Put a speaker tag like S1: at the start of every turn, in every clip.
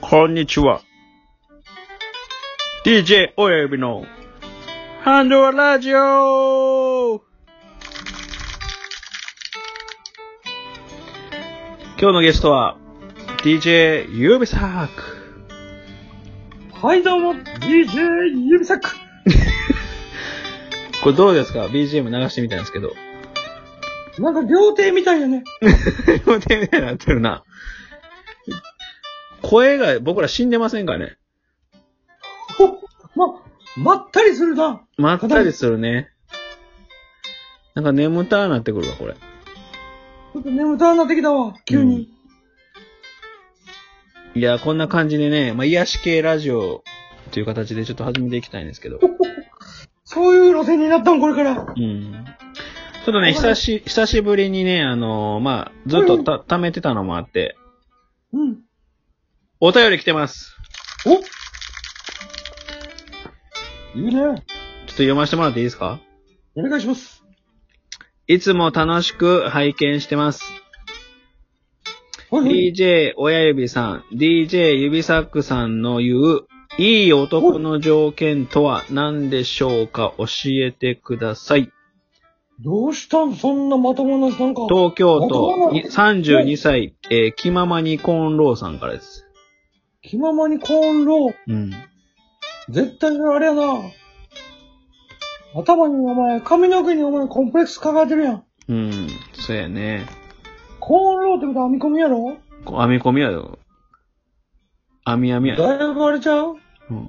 S1: こんにちは。DJ 親指のハンドアラジオ今日のゲストは DJ ゆうびさく。
S2: はい、どうも、DJ 指サック。
S1: これどうですか ?BGM 流してみたんです けど。
S2: なんか料亭みたいやね。
S1: 両手みたいになってるな。声が僕ら死んでませんかね
S2: ほっま、まったりするな。
S1: まったりするね。なんか眠たーなってくるわ、これ。
S2: ちょっと眠たくなってきたわ、急に。
S1: いや、こんな感じでね、まあ、癒し系ラジオという形でちょっと始めていきたいんですけど。
S2: そういう路線になったん、これから。
S1: うん。ちょっとね、久し、久しぶりにね、あのーまあ、ずっとた、溜めてたのもあって、
S2: うん。
S1: お便り来てます。
S2: おいいね。お
S1: ちょっと読ませてもらっていいですか
S2: 願いします。
S1: いつも楽しく拝見してます。
S2: はい、はい。
S1: DJ 親指さん、DJ 指サックさんの言う、いい男の条件とは何でしょうか教えてください。
S2: どうしたん、そんなまともな、なんか。
S1: 東京都に32歳、えー、気ままにコーンローさんからです。
S2: 気ままにコーンロー。
S1: うん。
S2: 絶対あれやな。頭にお前、髪の毛にお前、コンプレックス抱えてるやん。
S1: うん。そうやね。
S2: コーンローってことは編み込みやろ
S1: こう編み込みやよ。編み編みや。
S2: だいぶあれちゃう
S1: うん。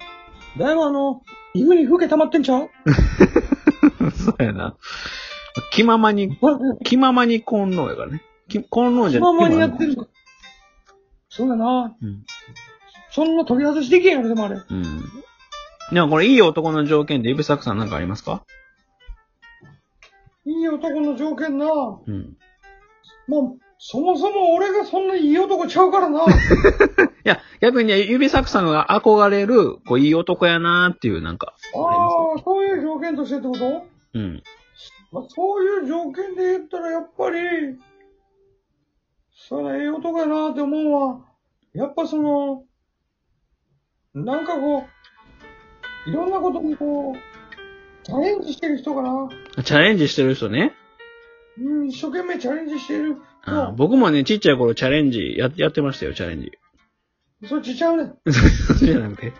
S2: だいぶあの、皮膚に風景溜まってんちゃう
S1: そうやな。気ままに、気ままにコーンローやからね。きコーンローじ
S2: 気
S1: ゃ
S2: ままにやって
S1: る。
S2: るのそうだな。
S1: うん。
S2: そんな取り外しできへんやろ、でもあれ。
S1: うん。でもこれ、いい男の条件で、イブサクさんなんかありますか
S2: いい男の条件な。も
S1: うん。
S2: う、そもそも俺がそんないい男ちゃうか らな。
S1: いや、逆にね、指サクさんが憧れる、こう、いい男やなーっていう、なんか。
S2: ああ、そういう条件としてってこと
S1: うん。
S2: まあ、そういう条件で言ったらやっぱり、そりゃええ男やなって思うわ。やっぱその、なんかこう、いろんなことにこう、チャレンジしてる人かな。
S1: チャレンジしてる人ね。
S2: うん、一生懸命チャレンジしてる
S1: あー
S2: 人。
S1: 僕もね、ちっちゃい頃チャレンジややってましたよ、チャレンジ。
S2: それちっちゃうね。
S1: そうじゃなくて。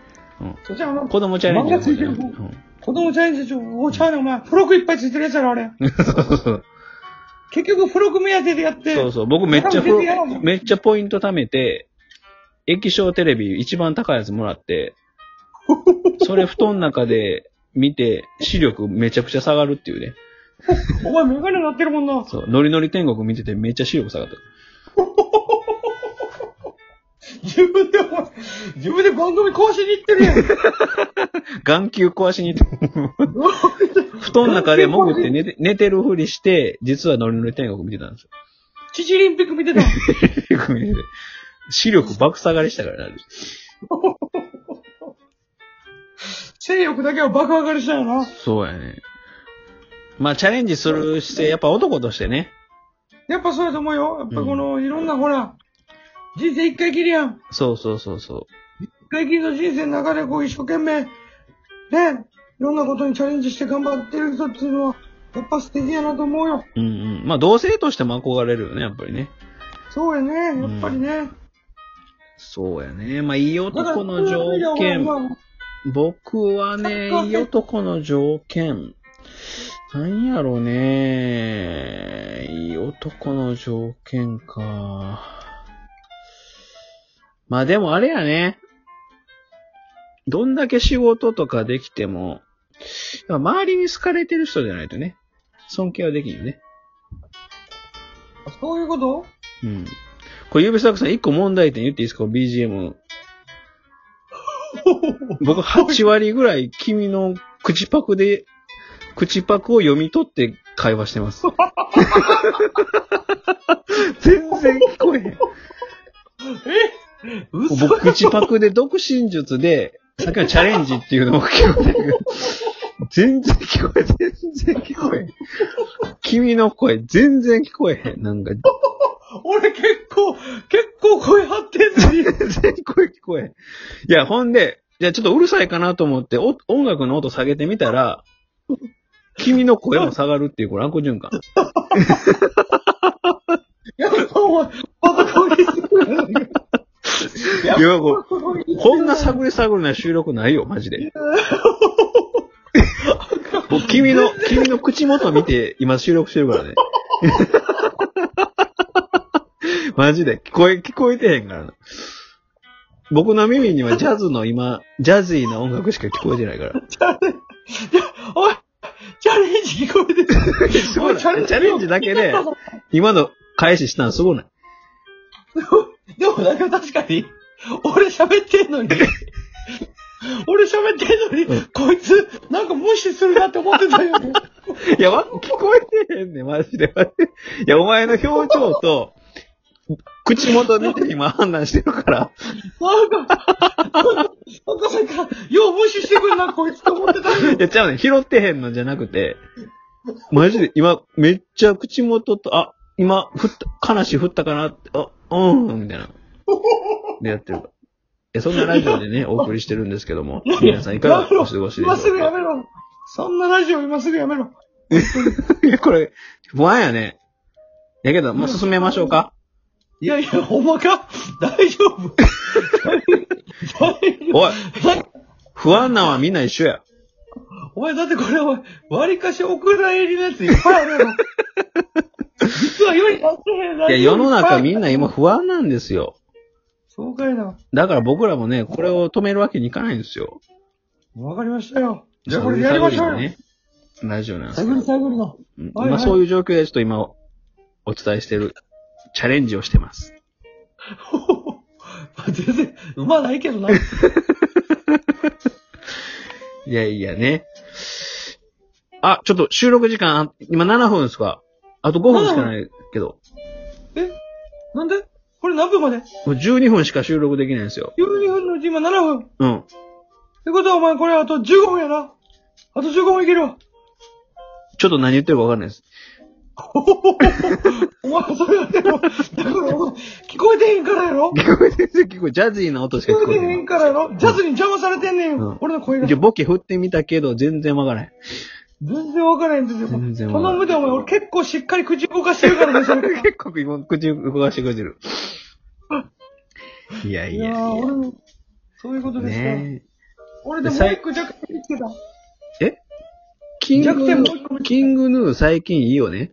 S2: そっちはあの、
S1: 子供チャレンジの方じゃなくて。
S2: 漫子供チャレンジしよう。おちゃうね、お前。付録いっぱいついてるやつやろ、あれ。
S1: うん
S2: 結局付録目当てでやって。
S1: そうそう。僕めっちゃプロ
S2: 多分全然やろうもん
S1: めっちゃポイント貯めて、液晶テレビ一番高いやつもら って、それ布団の中で見て、視力めちゃくちゃ下がるっていうね。
S2: お前メガネなってるもんな。
S1: そう。ノリノリ天国見ててめっちゃ視力下がった。
S2: 自分でお前、自分で番組更新に行ってるやん。
S1: 眼球壊しに行 って、布団の中で潜って寝て寝てるふりして、実はノリノリ天国見てたんですよ。
S2: チチリンピック見てた。
S1: よく見てて視力爆下がりしたからな。
S2: 性欲だけは爆上がりしたよな。
S1: そうやね。まあ、チャレンジする姿勢、やっぱ男としてね。
S2: やっぱそうやと思うよ。やっぱこの、いろんなほら、人生一回きりやん。
S1: そうそうそうそ
S2: 一回きりの人生の中でこう一生懸命、ね、いろんなことにチャレンジして頑張ってる人っていうのは、やっぱ素敵やなと思うよ。
S1: う。うんうん。まあ、同性としても憧れるよね、やっぱりね。
S2: そうやね、やっぱりね。
S1: そうやね。まあ、いい
S2: だから
S1: 男の条件。
S2: そういう意味では
S1: 僕はね、いい男の条件。なんやろね。いい男の条件か。まあでもあれやね。どんだけ仕事とかできても、やっぱ周りに好かれてる人じゃないとね、尊敬はできんよね。
S2: そういう こと
S1: うん。これ、ゆうべさくさん、一個問題点言っていいですか ?BGM。僕、8割ぐらい君の口パクで、口パクを読み取って会話してます。全然聞こえへん。
S2: え嘘
S1: 僕、口パクで独身術で、さっきのチャレンジっていうのを聞こえてる。全然聞こえ、全然聞こえへん。君の声、全然聞こえへん。なんか、
S2: 俺結構、結構声張ってんのに。
S1: 全然声聞こえへん。いや、ほんで、いや、ちょっとうるさいかなと思って、お音楽の音下げてみたら、君の声も下がるっていう、これ悪循環。
S2: やっぱお前、男気 すごいな。や
S1: いや、こ
S2: 男気
S1: うこんな探り探りな収録ないよ、マジで。もう君の、君の口元見て、今収録してるからね。マジで、聞こえ、聞こえてへんからな。僕の耳にはジャズの今、ジャズィーな音楽しか聞こえてないから。
S2: おい、チャレンジ聞こえてる。
S1: すごいな。チャレンジだけで、今の返ししたのすごない。
S2: でもなんか確かに、俺喋ってんのに、俺喋ってんのに、こいつ、なんか無視するなって思ってたよね。
S1: いや、わ、聞こえてへんねん、マジで。マジでいや、お前の表情と、口元見て 今判断してるから、
S2: なんか、なんかさっきから、よう無視してくるな、こいつと思ってたよ。
S1: いや、ちゃうねん、拾ってへんのじゃなくて、マジで今、めっちゃ口元と、あ、今、振った、話振ったかなって、あ、うん、みたいな。でやってるから。いや、そんなラジオでね、お送りしてるんですけども、皆さんいかがお過ごしでしょ
S2: 今すぐ
S1: う
S2: や
S1: か
S2: めろ。そんなラジオ今すぐやめろ。
S1: い や、これ、不安やね。やけど、もう進めましょうか。
S2: いやいや、ほんまか大丈 夫大丈夫
S1: おい、不安なんはみんな一緒や。
S2: お前だってこれは、割りかしお蔵入りのやついっぱいあるやろ。実は世に出せへんラ
S1: い
S2: ジ
S1: や、
S2: オ
S1: 世の中みんな
S2: 今。
S1: 今不安なんですよ。
S2: そうかいな。
S1: だから僕らもね、これを止めるわけにいかないんですよ。
S2: わかりましたよ。じゃあこれやりましょうよ。
S1: ね。ラジオなんですけ
S2: 探
S1: ど
S2: り探りの。
S1: うん
S2: はい
S1: 今
S2: はい
S1: そういう状況でちょっと今お伝えしてるチャレンジをしてます。
S2: ほほほ全然、うまないけどな。
S1: いやいやね。あ、ちょっと収録時間、あ今7分ですかあと5分しかないけど、
S2: えなんでこれ何分まで
S1: もう12分しか収録できないんですよ。
S2: ?12 分のうち今7分。っ
S1: うん。
S2: てことはお前これあと15分やな。あと15分いけるわ。
S1: ちょっと何言ってるかわかんないです。
S2: ほほほほお前それやってろ。だからお前聞こえてへんからやろ
S1: 聞こえてる、聞こえジャズィーな音しか
S2: 聞
S1: 聞
S2: こ
S1: こ
S2: え
S1: え
S2: てへ
S1: て
S2: んからやろジャズに邪魔されてんねん。
S1: うん
S2: 俺の声が
S1: ない。じ。ゃ、ボケ振ってみたけど、全然わからない。
S2: 全然わからへんですよ。
S1: 全然わから
S2: 頼
S1: へん
S2: むでお前、俺結構しっかり口動かしてるから ね、それ。
S1: 結構今、口動かしてくれてる。いや
S2: い
S1: いや
S2: や
S1: い
S2: ー、俺
S1: や。
S2: も、そういうことですか。
S1: ね
S2: 俺でも
S1: さ
S2: う
S1: い
S2: 一個弱点見つけた。
S1: キン
S2: 弱
S1: グヌ
S2: 点もう一個
S1: ー、
S2: 見つけ
S1: キングヌー最近いいよね。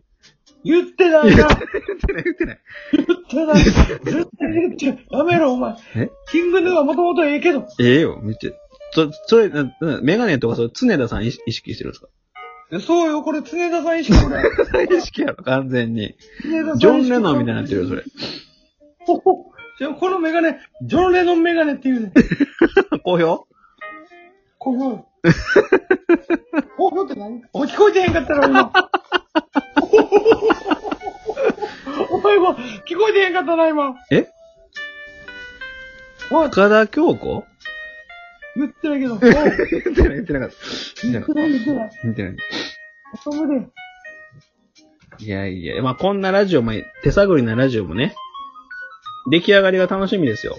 S2: 言ってないな。
S1: 言ってない、言ってない。
S2: 言ってない。絶対言ってないやめろ、お前。
S1: え
S2: キングヌーはもともとええけど。
S1: ええよ、めっちゃ。そ、それ、ななメガネとか、それ、常田さん意意識してるんですか
S2: そうよ、これ、常田さん意識、これ。
S1: 意識やろ、完全に。
S2: 常田さん意識
S1: ジョン・レノンみたいになってるよ、それ。
S2: ほほ じゃあ、このメガネ、ジョン・レノンメガネっていうね。
S1: 好評
S2: 好評。好評って何お前聞こえてへんかったら今。お前も聞こえてへんかったな今。
S1: え
S2: おい、
S1: 深田京子
S2: 言ってないけど。おい言っ
S1: 言ってない、言ってなかった。言ってなか
S2: て
S1: った
S2: ない言ってない。
S1: 言ってない。
S2: 遊ぶで。
S1: いやいや、まあこんなラジオも、手探りなラジオもね、出来上がりが楽しみですよ。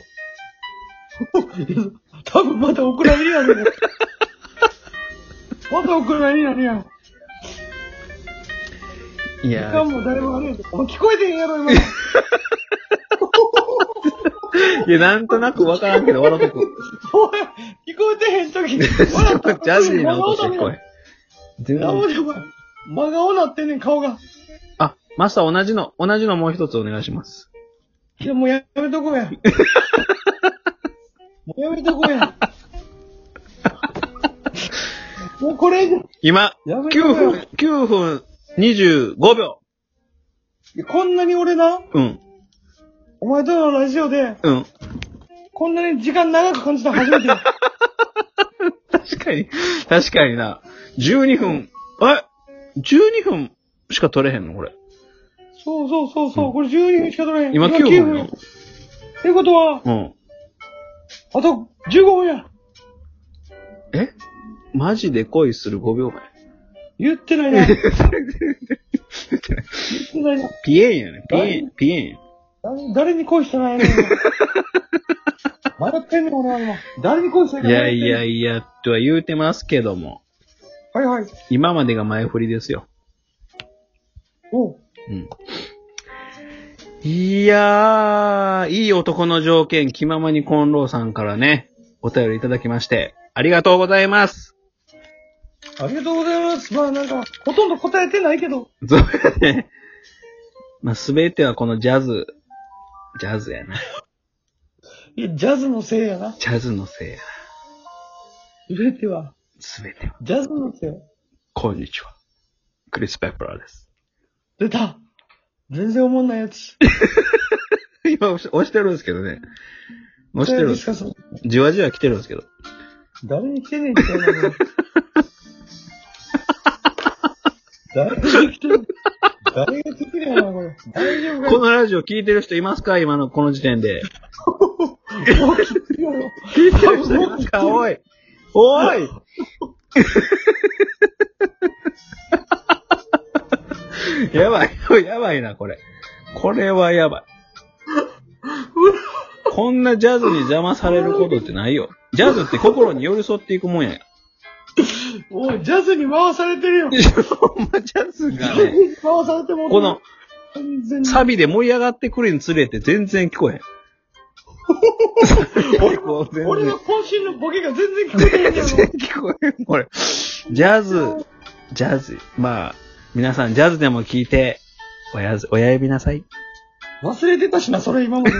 S2: 多分またお蔵入りやねん。またお蔵入りやねん。
S1: い
S2: 時
S1: や
S2: 間
S1: ー、
S2: も誰もあるやん。お前聞こえてへんやろ今。
S1: いや、なんとなくわからんけど、笑っとく。
S2: お前、聞こえてへん時に。ジ
S1: ジャジーな音して、声。全
S2: な
S1: 然
S2: お。でお前、真顔なってんねん、顔が。
S1: あ、マスター同じの、同じのもう一つお願いします。
S2: いや、もうやめとこう や。もうやめとこうや。もうこれ以上、
S1: 今、
S2: やめと
S1: 9
S2: こうや
S1: 分、9分25秒。
S2: いやこんなに俺な、
S1: うん、
S2: お前とのラジオで、
S1: うん。
S2: こんなに時間長く感じたの初 めてや。
S1: 確かに、確かにな。12分、え ?12 分しか取れへんのこれ。
S2: そうそうそうそう、これ12分しか取れへん。
S1: 今9分
S2: 9分。ってことは、
S1: うん。
S2: あと15分や。
S1: えマジで恋する5秒前。
S2: 言ってないな。言ってないな。
S1: ピエンやね。ピエン、ピエンや。
S2: 誰誰に恋してないねん。迷ってんねん、俺は今。誰に恋してるか
S1: い
S2: 迷っ
S1: や
S2: てんねん
S1: いやいや、とは言うてますけども、
S2: はいはい。
S1: 今までが前振りですよ。
S2: おう
S1: うん。いやー、いい男の条件、気ままにコンローさんからね、お便りいただきまして、ありがとうございます。
S2: ありがとうございます。まあなんか、ほとんど答えてないけど。
S1: そうやね。まあ、すべてはこのジャズ、ジャズやな。
S2: いや、ジャズのせいやな。
S1: ジャズのせいやな。
S2: 全ては、
S1: すべては。
S2: ジャズのせい。
S1: こんにちは。クリス・ペプラーです。
S2: 出た全然思んないやつ。
S1: 今押し押してるんですけどね。押してるんで
S2: 誰で
S1: す。
S2: すかそれ
S1: じわじわ来てるんですけど。
S2: 誰に来てねえって言うの誰に来てねえ誰が来てねえな、これ。大丈夫か
S1: このラジオ聞いてる人いますか今のこの時点で。
S2: もう来てるよ
S1: 聞いてる人いますか おい。おいやばい、やばいな、これ。これはやばい。こんなジャズに邪魔されることってないよ。ジャズって心に寄り添っていくもんや。
S2: おい、ジャズに回されてるよ。ジ
S1: ほんまジャズが
S2: ャズ
S1: ね、
S2: に回されてもうてる
S1: この、
S2: 完全に。
S1: サビで盛り上がってくるにつれて全然聞こえ へん。
S2: 俺
S1: こう全然
S2: 俺の渾身のボケが全然聞こえないんだよ。
S1: 聞こえん、これ。ジャズ、ジャズ。まあ、皆さんジャズでも聞いて、おやず、親指なさい。
S2: 忘れてたしな、それ今まで。